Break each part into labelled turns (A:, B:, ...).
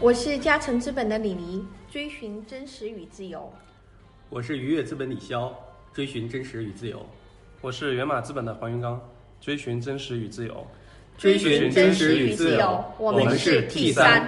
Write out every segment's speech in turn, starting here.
A: 我是嘉诚资本的李黎，追寻真实与自由。
B: 我是愉悦资本李潇，追寻真实与自由。
C: 我是源码资本的黄云刚，追寻真实与自由。
B: 追寻真实与自由，
A: 我
B: 我
A: 们
B: 们是
A: 是
B: T
A: T
B: 三
A: 三。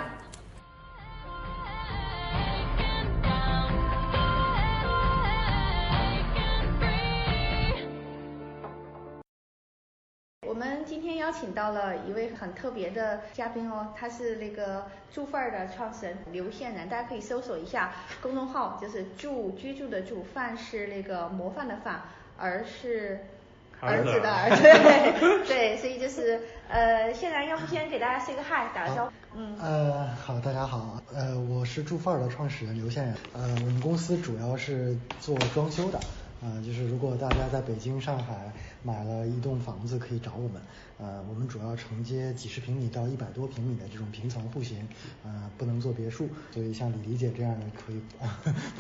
A: 我们今天邀请到了一位很特别的嘉宾哦，他是那个住范儿的创始人刘宪然，大家可以搜索一下公众号，就是住居住的住，范是那个模范的范，儿是儿子的儿，对 对，所以就是呃，宪然要不先给大家 say 个 hi，打个招呼，嗯。
D: 呃，好，大家好，呃，我是住范儿的创始人刘先然，呃，我们公司主要是做装修的，呃，就是如果大家在北京、上海买了一栋房子，可以找我们，呃，我们主要承接几十平米到一百多平米的这种平层户型，呃，不能做别墅，所以像李李姐这样的可以，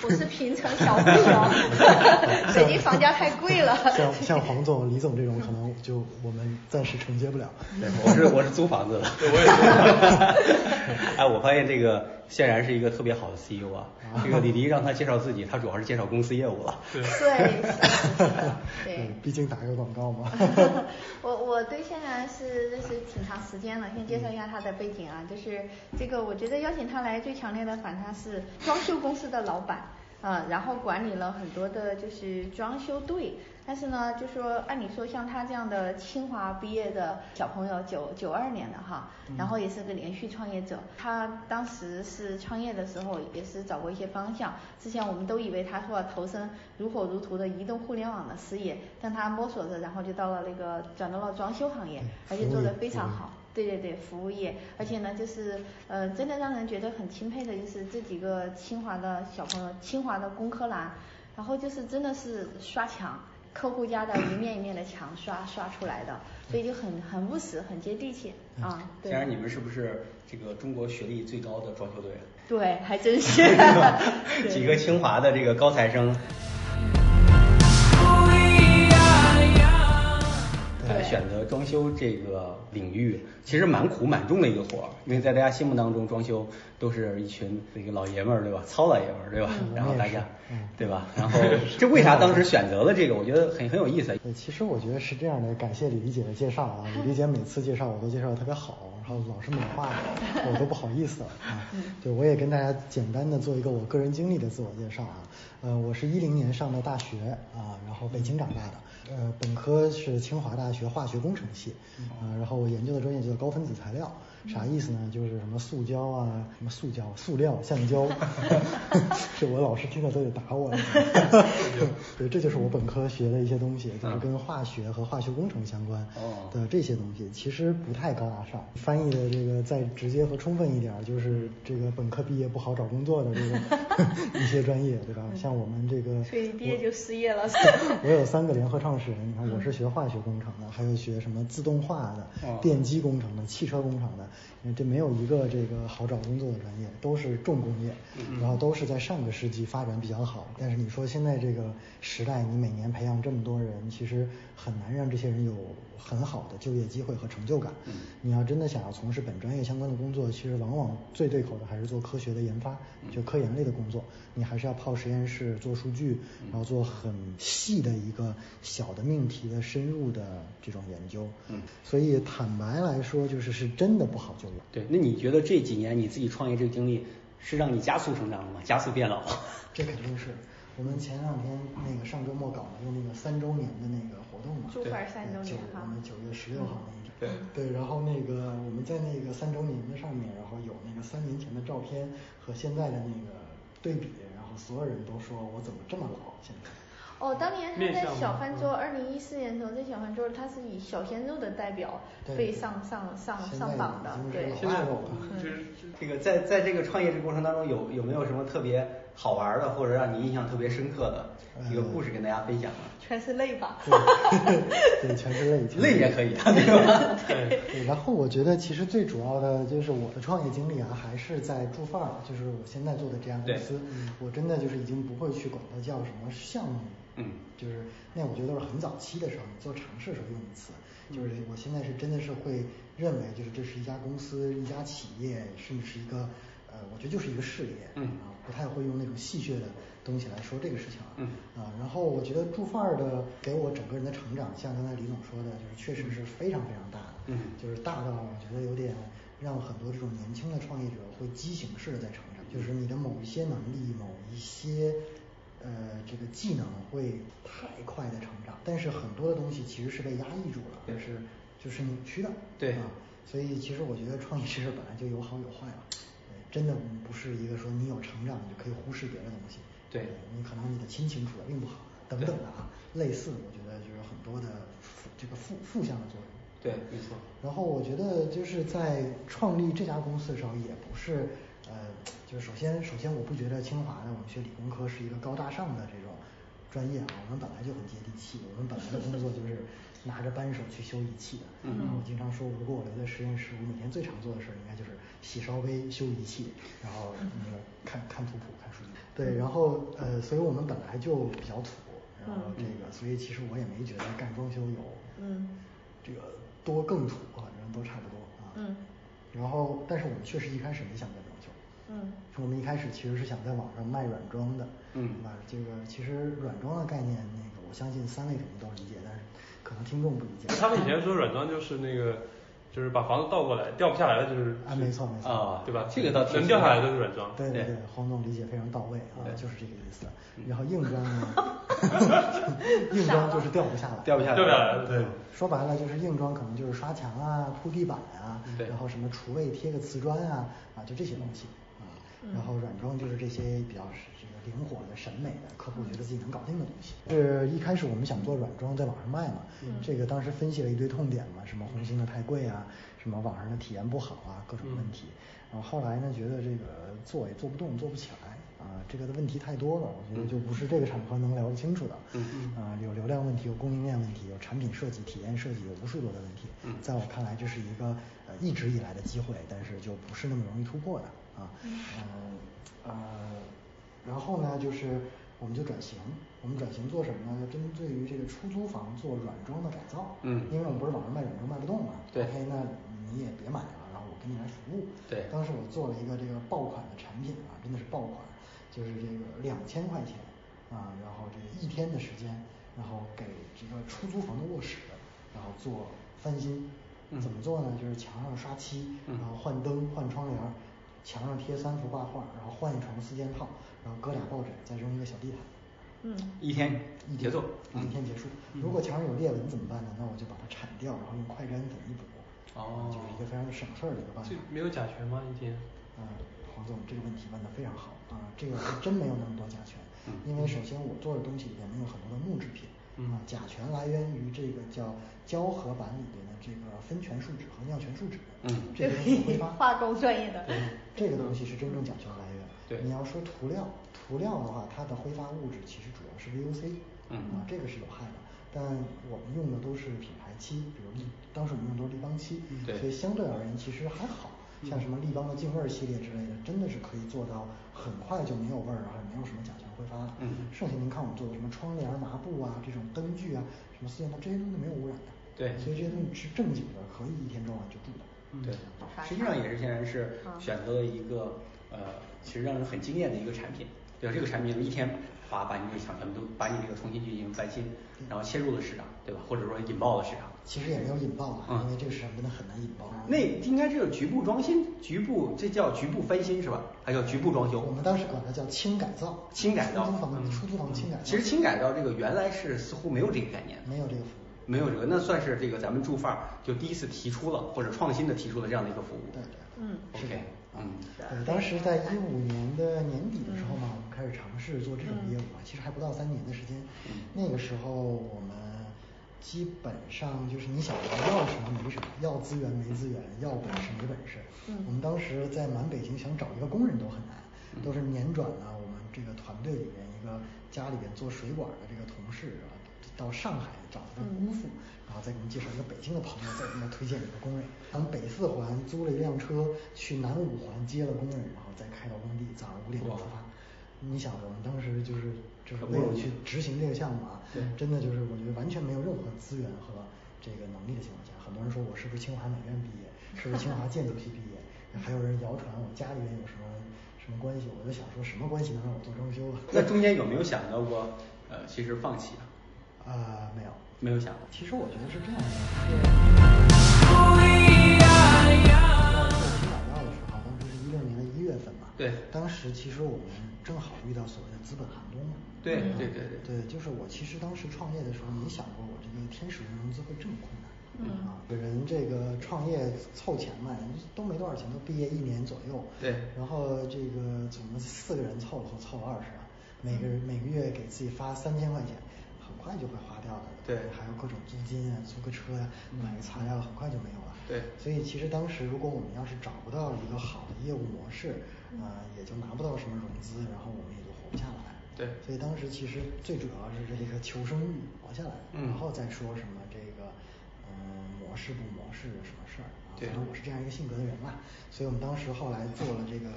A: 不是平层小户 哦，北京房价太 贵了。
D: 像像黄总、李总这种可能就我们暂时承接不了，
E: 对，我是我是租房子的，我也是。 哎，我发现这个显然是一个特别好的 CEO 啊。这个李迪让他介绍自己，他主要是介绍公司业务了。
A: 对，是的是的 对
D: 嗯。毕竟打个广告 嘛。
A: 我我对现然是认识挺长时间了，先介绍一下他的背景啊，就是这个我觉得邀请他来最强烈的反差是装修公司的老板，呃，然后管理了很多的就是装修队，但是呢，就说按理说像他这样的清华毕业的小朋友，九九二年的哈，然后也是个连续创业者，他当时是创业的时候也是找过一些方向，之前我们都以为他说要投身如火如荼的移动互联网的事业，但他摸索着，然后就到了那个转到了装修行
E: 嗯
A: 业，而且做得非常好。对对对，服务业，而且呢，就是呃，真的让人觉得很钦佩的，就是这几个清华的小朋友，清华的工科男，然后就是真的是刷墙，客户家的一面一面的墙刷刷出来的，所以就很很务实，很接地气啊。对
E: 显然你们是不是这个中国学历最高的装修队啊？
A: 对，还真 是对
E: 几个清华的这个高材生，呃，
A: 对
E: 选择装修这个领域，其实蛮苦蛮重的一个活儿，因为在大家心目当中，装修都是一群这个老爷们儿，对吧？糙老爷们儿，对吧？然后大家，对吧？然后这为啥当时选择了这个？我觉得很很有意思。
D: 对，其实我觉得是这样的，感谢李丽姐的介绍啊，李丽姐每次介绍我都介绍的特别好，然后老是美化我，我都不好意思了啊。对，我也跟大家简单的做一个我个人经历的自我介绍啊。呃，我是一零年上的大学啊，然后北京长大的，呃，本科是清华大学化学工程系，啊，然后我研究的专业就叫高分子材料。啥意思呢？就是什么塑胶啊，什么塑胶、塑料、橡胶，是我老师听了都得打我了。对，这就是我本科学的一些东西，就是跟化学和化学工程相关
E: 哦
D: 的这些东西，其实不太高大上。翻译的这个再直接和充分一点儿，就是这个本科毕业不好找工作的这个 一些专业，对吧？像我们这个，
A: 所以毕业就失业 了。
D: 我有三个联合创始人，你看我是学化学工程的，还有学什么自动化的
E: 哦、
D: 电机工程的、汽车工程的，嗯这没有一个这个好找工作的专业，都是重工业，然后都是在上个世纪发展比较好。但是你说现在这个时代，你每年培养这么多人，其实很难让这些人有很好的就业机会和成就感。你要真的想要从事本专业相关的工作，其实往往最对口的还是做科学的研发，就科研类的工作，你还是要泡实验室做数据，然后做很细的一个小的命题的深入的这种研究。嗯，所以坦白来说，就是是真的不好就业。
E: 对，那你觉得这几年你自己创业这个经历，是让你加速成长了吗？加速变老？
D: 这肯定是。我们前两天那个上周末搞了一个那个三周年的那个活动嘛，
A: 祝福儿三周年
D: 九
A: 哈
D: 我们九月十六号那一天，对对，然后那个我们在那个三周年的上面，然后有那个三年前的照片和现在的那个对比，然后所有人都说我怎么这么老现在。
A: 哦，当年他
C: 面
A: 在
C: 向
A: 小
C: 吗
A: 饭
D: 嗯
A: 桌，二零一四年的时候，在小饭桌，他是以小鲜肉的代表
D: 对
A: 被上上上
D: 现在
A: 上榜的
D: 已经，
A: 对
D: 是
A: 嗯
D: 老，
C: 现在
D: 大肉了
C: 就是
E: 这个在在这个创业这个过程当中有，有没有什么特别好玩儿的，或者让你印象特别深刻的一
D: 嗯
E: 个故事跟大家分享呢？
A: 全是泪吧。
D: 对，全是累，全是
E: 累也可以，啊对吧？
C: 对，
D: 对，然后我觉得其实最主要的就是我的创业经历啊，还是在住范儿，就是我现在做的这家公司，我真的就是已经不会去管它叫什么项目，
E: 嗯
D: 就是那我觉得都是很早期的时候，你做尝试的时候用的词，
C: 嗯
D: 就是我现在是真的是会认为，就是这是一家公司、一家企业，甚至是一个呃，我觉得就是一个事业，
C: 嗯
D: 啊，不太会用那种戏谑的东西来说这个事情啊，
C: 嗯
D: 啊，然后我觉得住范儿的给我整个人的成长，像刚才李总说的，就是确实是非常非常大的，
C: 嗯
D: 就是大到我觉得有点让很多这种年轻的创业者会畸形式的在成长，就是你的某一些能力，某一些。呃，这个技能会太快的成长，但是很多的东西其实是被压抑住了，而是就是扭曲的，
E: 对
D: 啊，所以其实我觉得创业这事儿本来就有好有坏嘛，呃真的不是一个说你有成长你就可以忽视别的东西。
E: 对
D: 呃你可能你的亲情处的并不好，等等的啊，类似我觉得就是很多的负这个负负向的作用。
E: 对，没错。
D: 然后我觉得就是在创立这家公司的时候，也不是，呃，就是首先首先我不觉得清华的我们学理工科是一个高大上的这种专业啊，我们本来就很接地气，我们本来的工作就是拿着扳手去修仪器的。然后我经常说，如果我留在实验室，我每天最常做的事儿应该就是洗烧杯、修仪器，然后那个看看图谱、看数据。对，然后呃，所以我们本来就比较土，然后这个，所以其实我也没觉得干装修有
A: 嗯
D: 这个多更土，反正都差不多啊。
A: 嗯。
D: 然后，但是我们确实一开始没想干装修，
A: 嗯
D: 我们一开始其实是想在网上卖软装的，
E: 嗯
D: 对吧？这个其实软装的概念，那个我相信三位肯定都理解，但是可能听众不理解。
C: 他们以前说软装就是那个，就是把房子倒过来，掉不下来的就是
D: 啊，没错没错
E: 啊
C: 对吧？
E: 这个倒啊挺
C: 能掉下来的是软装。
D: 对对
E: 对
D: 对，黄总理解非常到位啊
E: 对，嗯
D: 就是这个意思。然后硬 装呢，硬装就是掉不下来，
E: 掉不下来
C: 掉不下来对
D: 说白了就是硬装，可能就是刷墙啊、铺地板啊，
E: 对
D: 然后什么厨卫贴个瓷砖啊，啊，就这些东西啊。然后软装就是这些比较这个灵活的、审美的，客户觉得自己能搞定的东西。呃，一开始我们想做软装，在网上卖嘛，这个当时分析了一堆痛点嘛，什么红星的太贵啊，什么网上的体验不好啊，各种问题。然后后来呢，觉得这个做也做不动，做不起来。啊，这个的问题太多了，我觉得就不是这个场合能聊得清楚的。嗯嗯。啊，有流量问题，有供应链问题，有产品设计、体验设计，有无数多的问题。嗯。在我看来，这是一个呃一直以来的机会，但是就不是那么容易突破的啊。嗯。呃，然后呢，就是我们就转型，我们转型做什么呢？就针对于这个出租房做软装的改造。
E: 嗯
D: 因为我们不是网上卖软装卖不动嘛。
E: 对
D: OK，那你也别买了，然后我给你来服务。
E: 对
D: 当时我做了一个这个爆款的产品啊，真的是爆款，就是这个两千块钱啊，然后这个一天的时间，然后给这个出租房的卧室，然后做翻新。
E: 嗯
D: 怎么做呢？就是墙上刷漆，然后换灯、换窗帘儿，墙上贴三幅挂画，然后换一床四件套，然后搁俩抱枕，再扔一个小地毯。
A: 嗯
E: 一嗯天
D: 一
E: 结
D: 天
E: 束，
D: 嗯一天结束。如果墙上有裂纹怎么办呢？那我就把它铲掉，然后用快干粉一补。
E: 哦
D: 就是一个非常省事儿的一个办法
C: 这。没有甲醛吗？一天？
D: 嗯，黄总这个问题问得非常好啊，这个还真没有那么多甲醛，因为首先我做的东西里面没有很多的木制品，啊，甲醛来源于这个叫胶合板里边的这个酚醛树脂和尿醛树脂，
E: 嗯
D: 这个东西挥发
A: 化工专业的，
D: 嗯这个东西是真正甲醛来源。
E: 对
D: 你要说涂料，涂料的话，它的挥发物质其实主要是 VOC，
E: 嗯
D: 啊，这个是有害的。但我们用的都是品牌漆，比如立，当时我们用的都是立邦漆，
E: 嗯对嗯
D: 所以相对而言其实还好。像什么立邦的净味儿系列之类的，真的是可以做到很快就没有味儿，然后也没有什么甲醛挥发了。
E: 嗯
D: 剩下您看我们做的什么窗帘、麻布啊，这种灯具啊，什么四件套，这些东西没有污染的。
E: 对嗯
D: 所以这些东西是正经的，可以一天到晚就住的。
E: 对，实际上也是现在是选择了一个呃，其实让人很惊艳的一个产品。对吧，这个产品一天把把你这个墙全部都把你这个重新进行翻新，
D: 嗯
E: 然后切入了市场，对吧？或者说引爆了市场。
D: 其实也没有引爆嘛，
E: 嗯
D: 因为这个市场真的很难引爆。
E: 那应该是局部装新，局部这叫局部翻新是吧？还叫局部装修
D: 我。们当时管它叫轻改造，
E: 轻改造嗯
D: 出租房出租房轻改造，
E: 其实轻改造这个原来是似乎没有这个概念的，
D: 没有这个服务。
E: 没有这个，那算是这个咱们住范儿就第一次提出了或者创新的提出了这样的一个服务。
D: 对对。
A: 嗯
E: OK，嗯，
D: 对，呃当时在一五年的年底的时候嘛，我们开始尝试做这种业务啊，其实还不到三年的时间。那个时候我们基本上就是你想要什么没什么，要资源没资源，要本事没本事。我们当时在满北京想找一个工人都很难，都是年转呢，我们这个团队里边一个家里边做水管的这个同事啊，到上海找他的姑父，然后再给我们介绍一个北京的朋友，再给我们推荐一个工人。咱们北四环租了一辆车去南五环接了工人，然后再开到工地，早上五点钟出发。你想，我们当时就是就是为了去执行这个项目啊，真的就是我觉得完全没有任何资源和这个能力的情况下，很多人说我是不是清华美院毕业，是不是清华建筑系毕业，还有人谣传我家里面有什么什么关系，我就想说什么关系能让我做装修啊？
E: 那中间有没有想到过，呃，其实放弃啊？
D: 啊、没有。
E: 没有想过。
D: 其实我觉得是这样的，就是到我去买药的时候，当时是一六年的一月份嘛。
E: 对
D: 当时其实我们正好遇到所谓的资本寒冬嘛。
E: 对
D: 嗯
E: 对对对
D: 对，就是我其实当时创业的时候没想过我这个天使轮融资会这么困难。
A: 嗯
D: 啊，人这个创业凑钱嘛，人都没多少钱，都毕业一年左右。
E: 对
D: 然后这个怎么四个人凑了凑凑了二十万，每个
E: 嗯
D: 人每个月给自己发三千块钱，很快就会花掉的。
E: 对嗯
D: 还有各种租金啊、租个车呀、买个材料，很快就没有了。
E: 对
D: 所以其实当时如果我们要是找不到一个好的业务模式，呃，也就拿不到什么融资，然后我们也就活不下来。
E: 对
D: 所以当时其实最主要是这个求生欲活下来，
E: 嗯
D: 然后再说什么这个。嗯，模式不模式什么事儿啊？
E: 对
D: 反正我是这样一个性格的人嘛，所以我们当时后来做了这个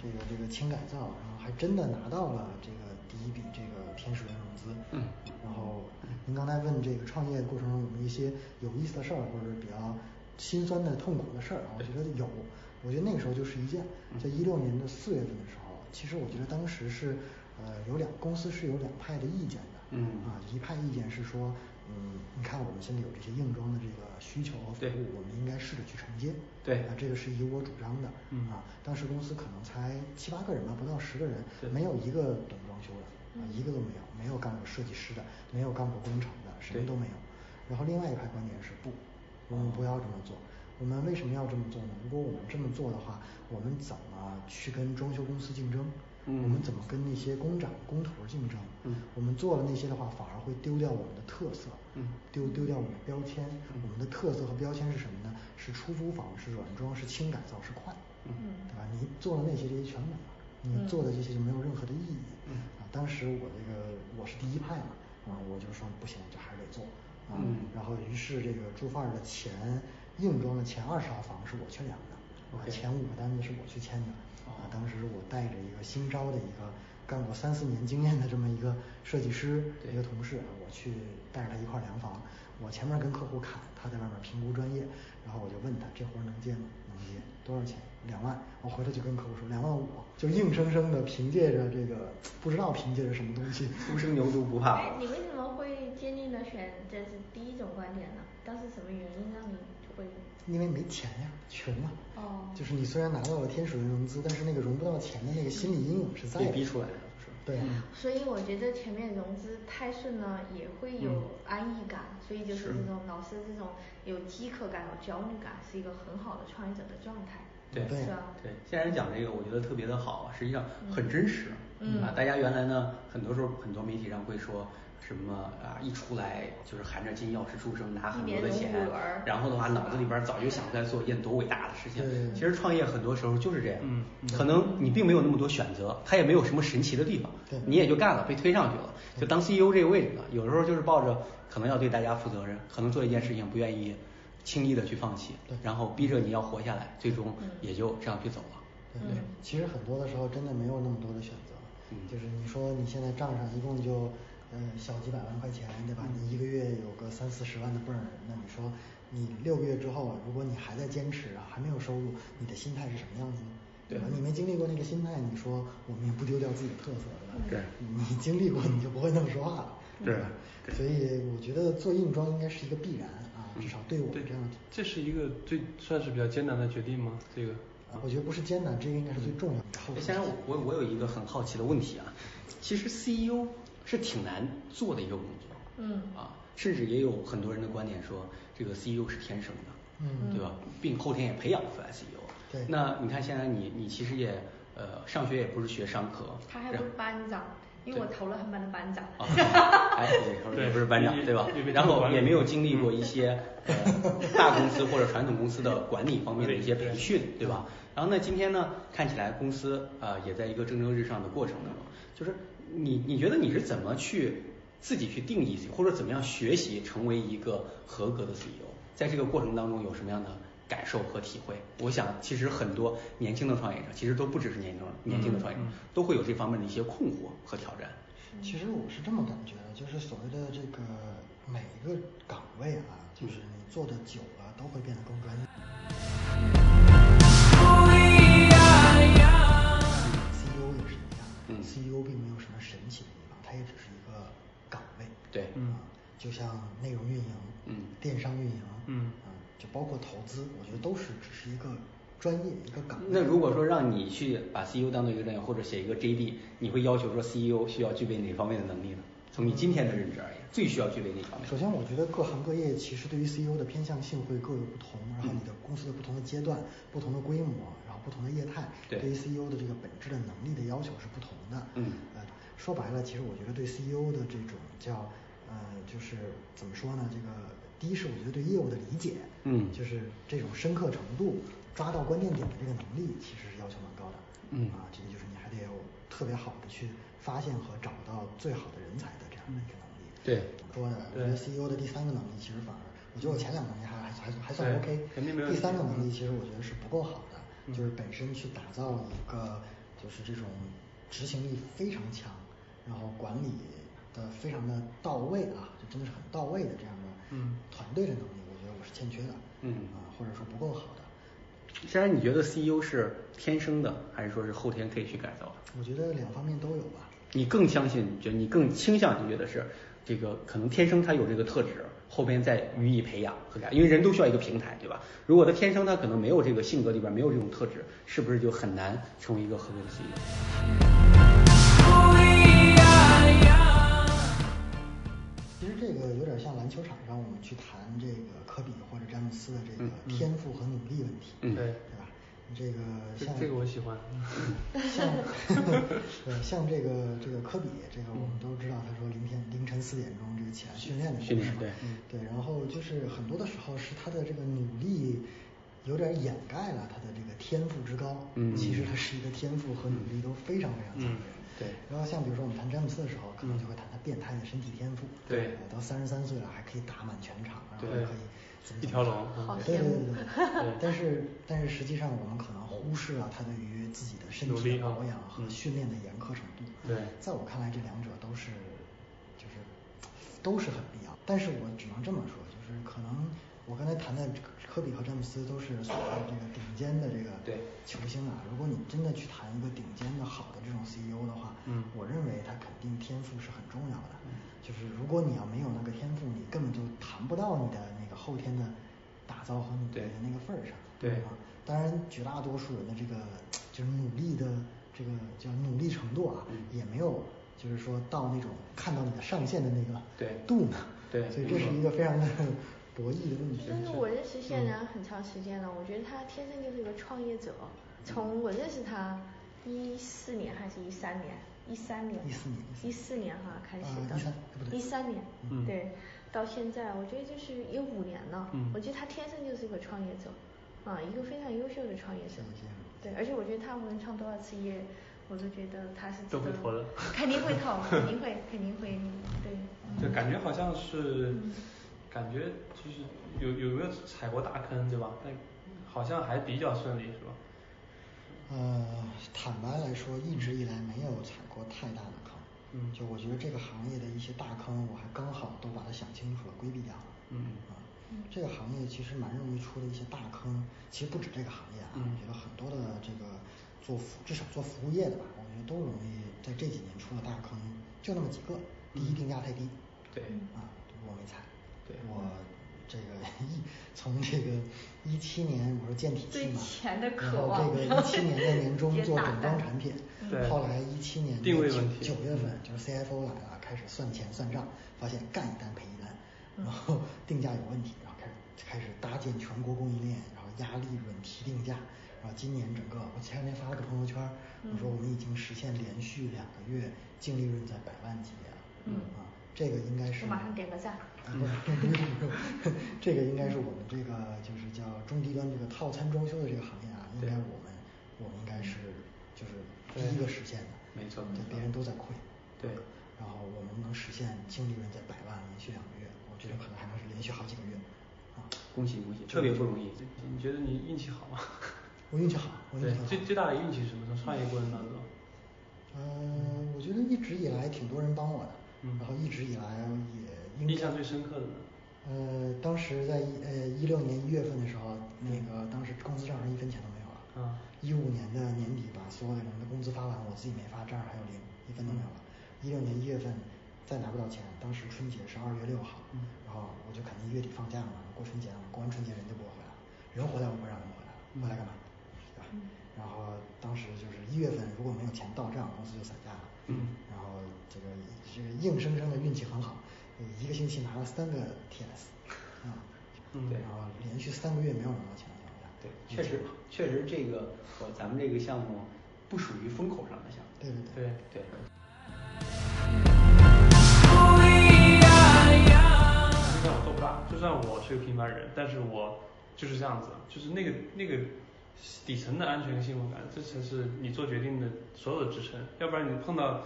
D: 这个这个轻改造，然后还真的拿到了这个第一笔这个天使轮融资。
E: 嗯，
D: 然后您刚才问这个创业过程中有没有一些有意思的事儿，或者是比较心酸的、痛苦的事儿啊？我觉得有，我觉得那个时候就是一件，
E: 嗯
D: 在一六年的四月份的时候，啊其实我觉得当时是呃有两公司是有两派的意见的。
E: 嗯
D: 啊，一派意见是说，嗯，你看我们现在有这些硬装的这个需求和服
E: 对
D: 务，我们应该试着去承接。
E: 对
D: 啊，这个是以我主张的。
E: 嗯
D: 啊，当时公司可能才七八个人吧，不到十个人
E: 对，
D: 没有一个懂装修的，啊，一个都没有，没有干过设计师的，没有干过工程的，什么
E: 对
D: 都没有。然后另外一派观点是不，我们不要这么做。我们为什么要这么做呢？如果我们这么做的话，我们怎么去跟装修公司竞争？
E: 嗯
D: 我们怎么跟那些工长、工头竞争？
E: 嗯
D: 我们做了那些的话，反而会丢掉我们的特色，
E: 嗯
D: 丢丢掉我们的标签。我们的特色和标签是什么呢？是出租房，是软装，是轻改造，是快，
A: 嗯
D: 对吧？你做了那些这些全没了，
A: 嗯
D: 你做的这些就没有任何的意义。
E: 嗯
D: 啊，当时我这个我是第一派嘛，啊，我就说不行，这还是得做。啊、
E: 嗯
D: 然后于是这个住范儿的前硬装的前二十号房是我去量的，啊
E: OK 哦
D: 前五个单子是我去签的。啊，当时我带着一个新招的一个干过三四年经验的这么一个设计师，
E: 对
D: 一个同事，啊我去带着他一块儿量房。我前面跟客户砍，他在外面评估专业，然后我就问他这活儿能接吗？能接，多少钱？两万。我回头就跟客户说两万五，就硬生生的凭借着这个不知道凭借着什么东西，
E: 初生牛犊不怕
A: 哎，你
E: 虎。
A: 为什么会坚定的选这是第一种观点呢？当时什么原因让你会？
D: 因为没钱呀，穷啊。
A: 哦
D: 就是你虽然拿到了天使轮融资，但是那个融不到钱的那个心理阴影是在的。
E: 被逼出来的是吧
D: 对。啊
A: 所以我觉得前面融资太顺了也会有安逸感，所以就是这种老师这种有饥渴感、有焦虑感，是一个很好的创业者的状态，
E: 对
D: 对
A: 是啊吧？
E: 对，现在人讲这个，我觉得特别的好，啊实际上很真实。
A: 嗯
E: 啊，大家原来呢，很多时候很多媒体上会说什么啊，一出来就是含着金钥匙出生，拿很多的
A: 一
E: 钱
A: 年融五轮，
E: 然后的话脑子里边早就想出来做一件多伟大的事情
D: 对对。对
E: 其实创业很多时候就是这样，
C: 嗯
E: 可能你并没有那么多选择，它也没有什么神奇的地方
D: 对，
E: 你也就干了，被推上去了，就当 CEO 这个位置了。有的时候就是抱着可能要对大家负责任，可能做一件事情不愿意轻易的去放弃
D: 对，
E: 然后逼着你要活下来，最终也就这样去走了。
D: 对
A: 嗯，
D: 其实很多的时候真的没有那么多的选择，
E: 嗯
D: 就是你说你现在账上一共就，呃，小几百万块钱，对
E: 嗯
D: 吧？你一个月有个三四十万的 burn，那你说你六个月之后，如果你还在坚持啊，还没有收入，你的心态是什么样子呢？
E: 对
D: 吧？你没经历过那个心态，你说我们也不丢掉自己的特色，对吧？
E: 对
D: 你经历过，你就不会那么说话了，
E: 对
D: 吧？
E: 对
D: 所以我觉得做硬装应该是一个必然啊，至少对我
C: 对
D: 这样的，
C: 这是一个最算是比较艰难的决定吗？这个
D: 啊，我觉得不是艰难，这个应该是最重要的后果。
E: 哎先生，我我我有一个很好奇的问题啊，其实 CEO 是挺难做的一个工作，
A: 嗯
E: 啊，甚至也有很多人的观点说，这个 CEO 是天生的，
D: 嗯
E: 对吧？并后天也培养不出来 CEO。
D: 对
E: 那你看现在你你其实也呃上学也不是学商科，
A: 他还不是班长，因为我投了他们班的班长。
E: 啊，哎，对，也不是班长
C: 对
E: 对吧
C: 也没？
E: 然
C: 当过
E: 后
C: 管理
E: 也没有经历过一 些呃大公司或者传统公司的管理方面的一些培训，对吧？然后呢，今天呢，看起来公司呃也在一个蒸蒸日上的过程当中，就是你你觉得你是怎么去自己去定义自己，或者怎么样学习成为一个合格的 CEO？在这个过程当中有什么样的感受和体会？我想，其实很多年轻的创业者，其实都不只是年轻年轻的创业者，都会有这方面的一些困惑和挑战。
D: 其实我是这么感觉的，就是所谓的这个每一个岗位啊，就是你做的久了都会变得更专业。
F: We
E: 嗯
D: E 啊就像内容运营、
E: 嗯
D: 电商运营，
C: 嗯
D: 啊，就包括投资，我觉得都是只是一个专业一个岗位。
E: 那如果说让你去把 CEO 当做一个专业，或者写一个 JD，你会要求说 CEO 需要具备哪方面的能力呢？从你今天的认知而言，最需要具备哪方面
D: 首？先，我觉得各行各业其实对于 CEO 的偏向性会各有不同，然后你的公司的不同的阶段、不同的规模，然后不同的业态，
E: 嗯对
D: 于 CEO 的这个本质的能力的要求是不同的。
E: 嗯
D: 呃，说白了，其实我觉得对 CEO 的这种叫呃，就是怎么说呢？这个第一是我觉得对业务的理解，
E: 嗯
D: 就是这种深刻程度、抓到关键点的这个能力，其实是要求蛮高的。
E: 嗯
D: 啊，这个就是你还得有特别好的去发现和找到最好的人才的这样的一个能力。
E: 对
D: 怎么说呢？我觉得 CEO 的第三个能力其实反而，我觉得我前两个能力还还还还算
C: 对
D: OK，
C: 肯定没问
D: 第
C: 题嗯
D: 三个能力其实我觉得是不够好的，就是本身去打造一个就是这种执行力非常强，然后管理的非常的到位啊，就真的是很到位的这样的
C: 嗯
D: 团队的能力，我觉得我是欠缺的，
E: 嗯
D: 啊，或者说不够好的。
E: 虽然你觉得 CEO 是天生的，还是说是后天可以去改造的？
D: 我觉得两方面都有吧。
E: 你更相信，觉得你更倾向于觉得是这个可能天生他有这个特质，后边再予以培养和改，因为人都需要一个平台，对吧？如果他天生他可能没有这个性格里边没有这种特质，是不是就很难成为一个合格的 E CEO？
D: 其实这个有点像篮球场上我们去谈这个科比或者詹姆斯的这个天赋和努力问题，
E: 嗯
C: 对
D: 对吧？你这个
C: 这
D: 像
C: 这个我喜 欢。
D: 像 对像这个这个科比，这个我们都知道，他说凌晨凌晨四点钟这个起来训练的
E: 训
D: 故事
E: 练
D: 嘛
E: 对
D: 对，然后就是很多的时候是他的这个努力。有点掩盖了他的这个天赋之高，
E: 嗯
D: 其实他是一个天赋和努力都非常非常强的人。
E: 对
D: 然后像比如说我们谈詹姆斯的时候，可能就会谈他变态的身体天赋，
E: 对
D: 呃到三十三岁了还可以打满全场，然后
C: 对
D: 可以怎么
C: 一
D: 怎么
C: 条
D: 样
C: 龙嗯
A: 好羡
D: 对对
A: 慕
D: 对对。但是但是实际上我们可能忽视了他对于自己的身
C: 努
D: 体
C: 力
D: 的
C: 啊
D: 保养和
C: 嗯
D: 训练的严苛程度。
C: 对
D: 在我看来这两者都是就是都是很必要，但是我只能这么说，就是可能。我刚才谈的科比和詹姆斯都是所谓的这个顶尖的这个
E: 对
D: 球星啊。如果你真的去谈一个顶尖的好的这种 CEO 的话，
C: 嗯
D: 我认为他肯定天赋是很重要的。就是如果你要没有那个天赋，你根本就谈不到你的那个后天的打造和努力
E: 对
D: 的那个份儿上。
E: 对
D: 啊，当然绝大多数人的这个就是努力的这个叫努力程度啊，
E: 嗯
D: 也没有就是说到那种看到你的上限的那个
E: 对
D: 度呢。
E: 对
D: 所以这是一个非常的 博弈的问题。
A: 但是我认识谢然很长时间了，我觉得他天生就是一个创业者。从我认识他一四年还是一三年，一三年，
D: 14年
A: 一四年哈开始
D: 啊
A: 的，
D: 13不对
A: 一三年，
C: 嗯
A: 对，到现在我觉得就是有五年了，
C: 嗯
A: 我觉得他天生就是一个创业者，啊，一个非常优秀的创业者
D: 谢谢谢谢，
A: 对，而且我觉得他无论创多少次业，我都觉得他是值
C: 都会
A: 得
C: 投的
A: 肯定会投，肯定会，肯定会，对，嗯
C: 就感觉好像是，感觉就是有有没有踩过大坑，对吧？但好像还比较顺利，是吧？
D: 呃，坦白来说，一直以来没有踩过太大的坑。
C: 嗯
D: 就我觉得这个行业的一些大坑，我还刚好都把它想清楚了，规避掉了。
C: 嗯
D: 啊，这个行业其实蛮容易出的一些大坑，其实不止这个行业啊，
C: 嗯
D: 我觉得很多的这个做服，至少做服务业的吧，我觉得都容易在这几年出的大坑就那么几个。第
C: 嗯
D: 一，定价太低。
E: 对
D: 啊，我没踩。
E: 对
D: 我这个 一从这个一七年，我说见体系
A: 对
D: 嘛，
A: 钱的
D: 然
A: 渴
D: 后
A: 望
D: 这个一七年的年终
A: 也
D: 做
A: 打
D: 整装
A: 扮
D: 产品，
C: 对
D: 后来一七年的
C: 定位
D: 九
C: 问题
D: 九月份就是 CFO 来了，开始算钱算账，发现干一单赔一单，
A: 嗯
D: 然后定价有问题，然后开始开始搭建全国供应链，然后压利润提定价。然后今年整个，我前两天发了个朋友圈，
A: 嗯
D: 我说我们已经实现连续两个月净利润在百万级了。
A: 嗯
D: 啊，这个应该是
A: 我马上点个赞。
D: 啊不是不是不是 这个应该是我们这个就是叫中低端这个套餐装修的这个行业啊，应该我们我们应该是就是第一个实现的，
E: 没错没
D: 对，
E: 错
D: 别人都在亏，
E: 对
D: 然后我们能实现净利润在百万，连续两个月，我觉得可能还能是连续好几个月，啊，
E: 恭喜恭喜，特别不容易。
C: 你觉得你运气好吗？
D: 我运气好，我运
C: 对
D: 气，
C: 最
D: 好。
C: 最大的运气是什么？从创业过程当中，
D: 嗯，我觉得一直以来挺多人帮我的，
C: 嗯
D: 然后一直以来也应该
C: 印象最深刻的呢？
D: 呃，当时在一呃一六年一月份的时候，那个当时公司账上一分钱都没有了。
C: 嗯
D: 一五年的年底把所有的人的工资发完，我自己没发，账上还有零，一分都没有了。一六年一月份再拿不到钱。当时春节是二月六号，然后我就肯定月底放假了嘛，过春节了嘛，过完春节人就不会回来了，人回来我不会让人回来了，回来干嘛？对吧？然后当时就是一月份如果没有钱到账，公司就散架了。嗯，然后这个这个硬生生的运气很好，呃一个星期拿了三个 TS，啊、
C: 嗯对
D: 然后连续三个月没有拿到钱的情况下，
E: 对，确实确实这个呃咱们这个项目不属于风口上的项目。
D: 对对对。
E: 对，
C: 对，就算我做不大，就算我是个平凡人，但是我就是这样子，就是那个那个底层的安全幸福感，这才是你做决定的所有的支撑。要不然你碰到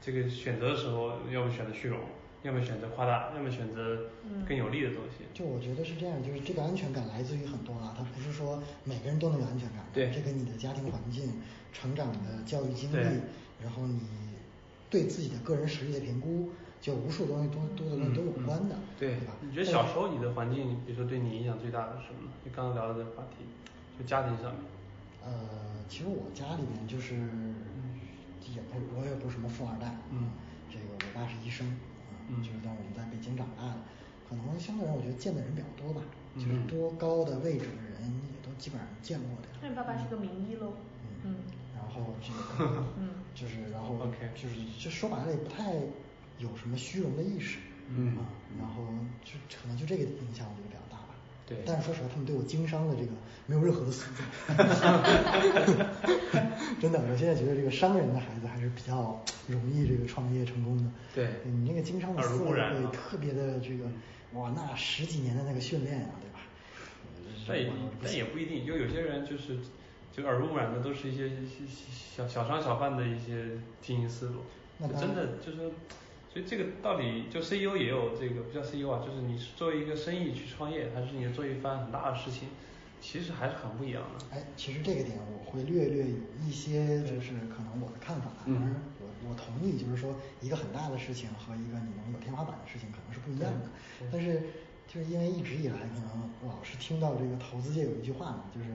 C: 这个选择的时候，要么选择虚荣，要么选择夸大，要么选择更有利的东西。
D: 就我觉得是这样，就是这个安全感来自于很多啊，它不是说每个人都能有安全感。
E: 对
D: 这跟你的家庭环境、成长的教育经历
C: 对，
D: 然后你对自己的个人实力的评估，就无数东西多多的东西都有关的，
E: 对
D: 对吧？
C: 你觉得小时候你的环境，比如说对你影响最大的是什么呢？就刚刚聊的这个话题，就家庭上面。
D: 呃，其实我家里面就是也不是我也不是什么富二代，啊
C: 嗯，
D: 这个我爸是医生，啊
C: 嗯
D: 就是但我们在北京长大的，可能相对来说我觉得见的人比较多吧，
C: 嗯
D: 就是多高的位置的人也都基本上见过的。
A: 那你爸爸是个名医喽？
D: 嗯，然后这个，就是然后
C: OK
D: 就是就说白了也不太有什么虚荣的意识，
E: 嗯
D: 啊，然后就可能就这个影响我觉得比较大吧。
E: 对
D: 但是说实话，他们对我经商的这个没有任何的塑造，真的，我现在觉得这个商人的孩子还是比较容易这个创业成功的。
E: 对
D: 你那个经商的
C: 耳濡
D: 思
C: 目
D: 维
C: 染
D: 会
C: 啊
D: 特别的这个，哇，那十几年的那个训练啊，对吧？
C: 但也
D: 我
C: 但也不一定，就有些人就是就耳濡目染的，都是一些小小商小贩的一些经营思路
D: 那，当
C: 就
D: 然
C: 真的就是，所以这个道理就 CEO 也有这个不叫 CEO 啊，就是你作为一个生意去创业，还是你做一番很大的事情，其实还是很不一样的。
D: 哎，其实这个点我会略略有一些，就是可能我的看法，
E: 嗯
D: 当然我我同意，就是说一个很大的事情和一个你能有天花板的事情可能是不一样的。但是就是因为一直以来可能老是听到这个投资界有一句话嘛，就是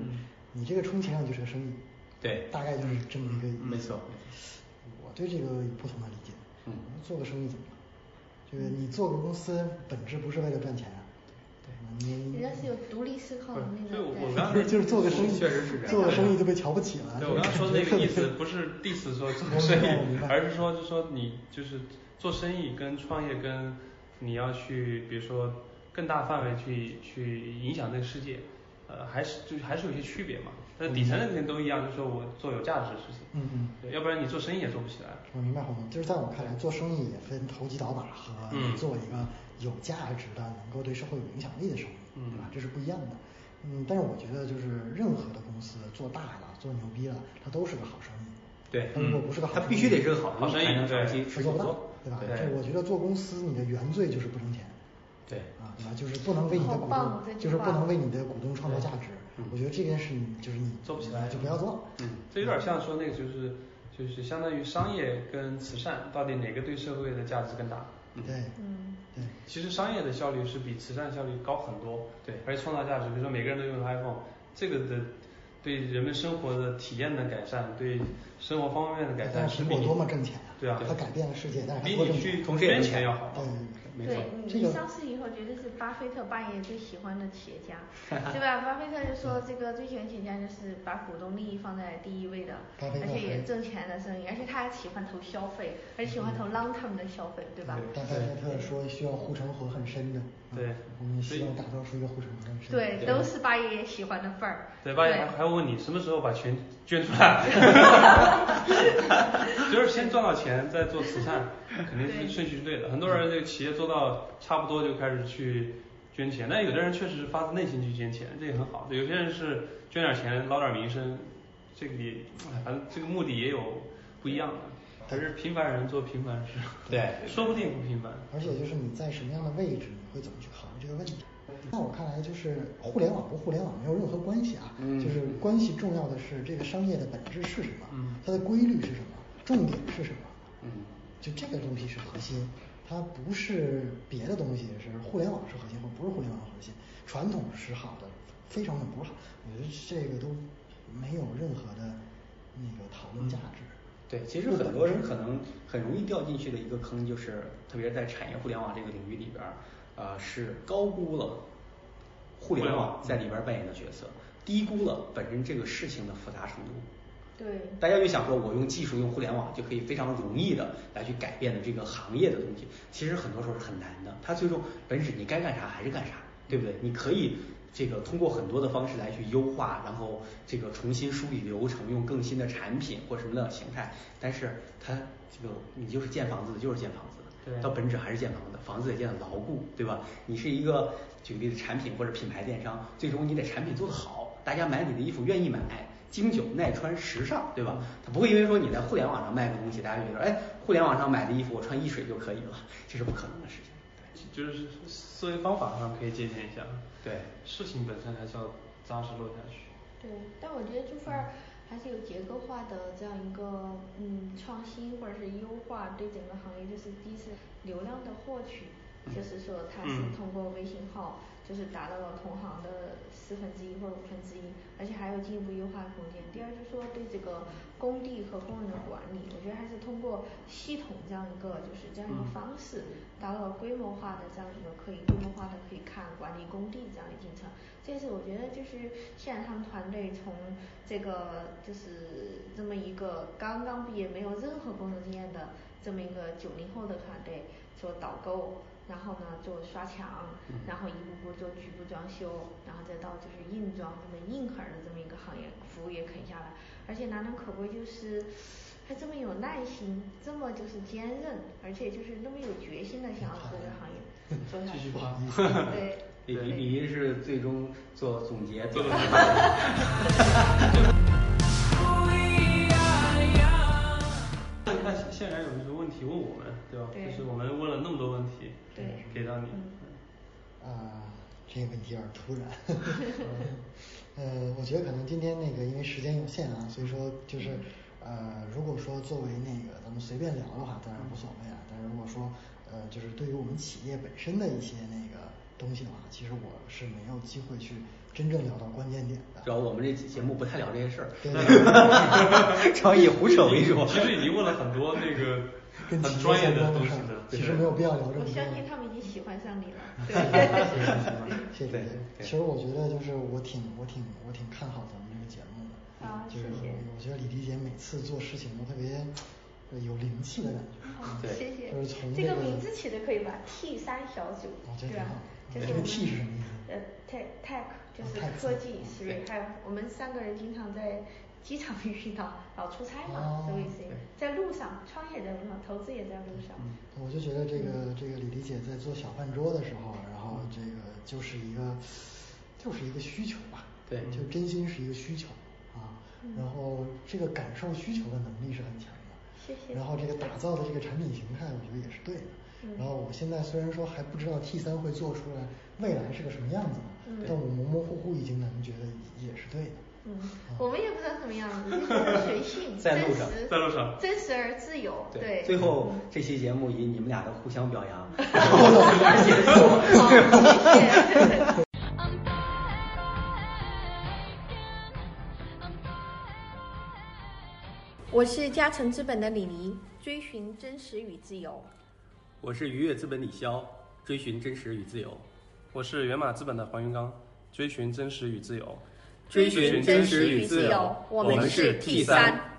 D: 你这个充其量就是个生意，
E: 嗯对嗯
D: 大概就是这么一个意思。
E: 没错
D: 我对这个有不同的理解。
E: 嗯，
D: 做个生意怎么了？这个你做个公司本质不是为了赚钱啊。对，你
A: 人家是有独立思考能力的。
C: 嗯所以我我
A: 对
C: 刚才
D: 就是做个生意，
E: 确实是这样
D: 做个生意就被瞧不起了。
C: 对我刚刚说的那个意思不是 diss 说做
D: 我
C: 生
D: 明白我明
C: 意
D: 白，
C: 而是说就说你就是做生意跟创业跟你要去比如说更大范围去去影响这个世界，呃，还是就是还是有些区别嘛。但是底层的肯定都一样，就是说我做有价值的事情，
D: 嗯嗯
C: 对，要不然你做生意也做不起来。
D: 我明白，我明白，就是在我看来，做生意也分投机倒把和
C: 嗯
D: 做一个有价值的、能够对社会有影响力的生意，
C: 嗯
D: 对吧？这是不一样的。嗯，但是我觉得就是任何的公司做大了、做牛逼了，它都是个好生意。
E: 对，嗯
D: 它如
C: 嗯
D: 果不是个好
E: 它
D: 生
E: 必
D: 意，
E: 须得是个好
C: 好生意
E: 才能长期
C: 对
E: 持久
D: 是做不到
E: 做，，
D: 对吧？
C: 对
D: 这我觉得做公司你的原罪就是不挣钱。
E: 对，
D: 啊，对吧？就是不能为你的股
A: 好棒啊这
D: 东，
A: 句
D: 就是
A: 话
D: 不能为你的股东创造价值
E: 嗯。
D: 我觉得这件事你就是你
C: 做不起来
D: 就不要做。
E: 嗯，
C: 这有点像说那个就是就是相当于商业跟慈善到底哪个对社会的价值更大？
E: 嗯
D: 对，
A: 嗯，
D: 对，
C: 其实商业的效率是比慈善效率高很多，
E: 对
C: 而且创造价值，比如说每个人都拥有 iPhone，这个的对人们生活的体验的改善，对生活方面的改
D: 但
C: 善
D: 是
C: 是
D: 苹
C: 比
D: 果
C: 你
D: 多么挣钱啊！
C: 对啊，
D: 它改变了世界，但是它
C: 比
D: 多挣
C: 你去
D: 钱。
E: 同时也
C: 捐
E: 挣
C: 钱要好。嗯
D: 对，
E: 没错
A: 对，
D: 这
A: 你
D: 个
A: 你上市以后绝对是巴菲特半夜最喜欢的企业家， 对吧？巴菲特就说这个最喜欢企业家就是把股东利益放在第一位的，
D: 巴菲特
A: 而且也
D: 还
A: 挣钱的生意，而且他还喜欢投消费，而且喜
C: 嗯
A: 欢投 long term 的消费，对吧？
D: 但巴菲特说需要护城河很深的。
C: 对
D: 啊我们
C: 所以
D: 希望打造出一个护城河很深。
A: 对，都是八爷爷喜欢的份儿。
C: 对吧？还还问你什么时候把钱捐出来，就是先赚到钱再做慈善，肯定
A: 对
C: 是顺序是对的。很多人这个企业做到差不多就开始去捐钱，但有的人确实是发自内心去捐钱，这也很好。有些人是捐点钱捞点名声，这个也哎反正这个目的也有不一样的。还是平凡人做平凡事，
E: 对
C: 说不定不平凡。
D: 而且就是你在什么样的位置，你会怎么去考虑这个问题？在我看来，就是互联网跟互联网没有任何关系啊，
E: 嗯
D: 就是关系重要的是这个商业的本质是什么，
C: 嗯
D: 它的规律是什么，重点是什么，
E: 嗯，
D: 就这个东西是核心，它不是别的东西，是互联网是核心，或不是互联网核心，传统是好的，非常的不是好，我觉得这个都没有任何的那个讨论价值。
E: 对，其实很多人可能很容易掉进去的一个坑，就是特别是在产业互联网这个领域里边儿，呃，是高估了互联网在里边儿扮演的角色，低估了本身这个事情的复杂程度。
G: 对，
E: 大家就想说，我用技术、用互联网就可以非常容易的来去改变的这个行业的东西，其实很多时候是很难的。它最终本质你该干啥还是干啥，对不对？你可以这个通过很多的方式来去优化，然后这个重新梳理流程，用更新的产品或什么的形态，但是它这个你就是建房子的，就是建房子的。
C: 对
E: 到本质还是建房子，房子得建得牢固，对吧？你是一个举个例子，产品或者品牌电商，最终你得产品做得好，大家买你的衣服愿意买，经久耐穿、时尚，对吧？他不会因为说你在互联网上卖个东西，大家觉得哎，互联网上买的衣服我穿一水就可以了，这是不可能的事情。
C: 就是思维方法上可以借鉴一下，
E: 对，
C: 事情本身还是要扎实落下去。
A: 对，但我觉得这份儿还是有结构化的这样一个嗯创新或者是优化，对整个行业就是第一是流量的获取，就是说它是
C: 嗯
A: 通过微信号就是达到了同行的四分之一或者五分之一，而且还有进一步优化空间。第二就是说对这个工地和工人的管理，我觉得还是通过系统这样一个就是这样一个
C: 嗯
A: 方式，达到了规模化的这样一个可以规模化的可以看管理工地这样一个进程。这是我觉得就是现在他们团队从这个就是这么一个刚刚毕业没有任何工作经验的这么一个九零后的团队做导购，然后呢做刷墙，然后一步步做局部装修，然后再到就是硬装这么硬核儿的这么一个行业服务业啃下来，而且难能可贵就是。他这么有耐心，这么就是坚韧，而且就是那么有决心的想要做这个行业做下
C: 继续
A: 去。
C: 夸，
A: 对，
E: 李李李是最终做总结，
C: 做总那你看现然有这个问题问我们，对吧？
A: 对
C: 就是我们问了那么多问题，
A: 对嗯
C: 给到你，嗯
D: 啊，这个问题有点突然。呃，我觉得可能今天那个因为时间有限啊，所以说就是
A: 嗯
D: 呃，如果说作为那个咱们随便聊的话，当然无所谓啊。
A: 嗯
D: 但是如果说呃，就是对于我们企业本身的一些那个东西的话，其实我是没有机会去真正聊到关键点的。
E: 主要我们这节目不太聊这些事
D: 对对对
E: 儿，主要以胡扯为主。
C: 其实已经问了很多那个
D: 跟
C: 很
D: 企
C: 专
D: 业
C: 业
D: 相
C: 的
D: 关
C: 东
D: 事
C: 西
D: 儿
C: 的，，
D: 其实没有必要聊这么多。
A: 我相信他们已经喜欢上你了。对，
D: 谢谢
E: 对
D: 谢谢。
E: 对
D: 其实我觉得就是我挺我挺我挺看好咱们这个节目的，
A: 啊
D: 就是
A: 谢谢
D: 我觉得李迪姐每次做事情都特别呃有灵气的感觉。
A: 好
E: 对
A: 哦谢谢
D: 就是从。
A: 这
D: 那
A: 个
D: 个
A: 名字起的可以吧？T 三小组
D: 哦，这
A: 对
D: 挺
A: 吧
D: 好？
A: 就
D: 这
A: 是我
D: 个
A: 们
D: T 是什么意思
A: 呃，tech tech 就
D: 哦
A: 是
D: ，tech
A: 科技
D: 嗯
A: 思维，还有我们三个人经常在机场遇到，老出差
D: 哦
A: 嘛，所以是在路上，创业在路上，投资也在路上。
D: 我就觉得这个这个李迪姐在做小饭桌的时候，啊然后这个就是一个就是一个需求吧，
E: 对
D: 就真心是一个需求啊，
A: 嗯
D: 然后这个感受需求的能力是很强的，
A: 谢谢
D: 然后这个打造的这个产品形态，我觉得也是对的。
A: 嗯
D: 然后我现在虽然说还不知道 T 三会做出来未来是个什么样子，啊但我模模糊糊已经能觉得也是对的。
A: 嗯，
D: 哦
A: 我们也不知道什么 样子，就是随性，
E: 在
A: 真
E: 路上
A: 实
C: 在路上
A: 真实而自由。对，
E: 最后这期节目以你们俩的互相表扬，
H: I'm taken. I'm taken.
A: 我是嘉诚资本的李黎，追寻真实与自由。
B: 我是愉悦资本李潇，追寻真实与自由，
C: 我是源码资本的黄云刚，追寻真实与自由。
B: 追寻真实与自由，我们是 T 三。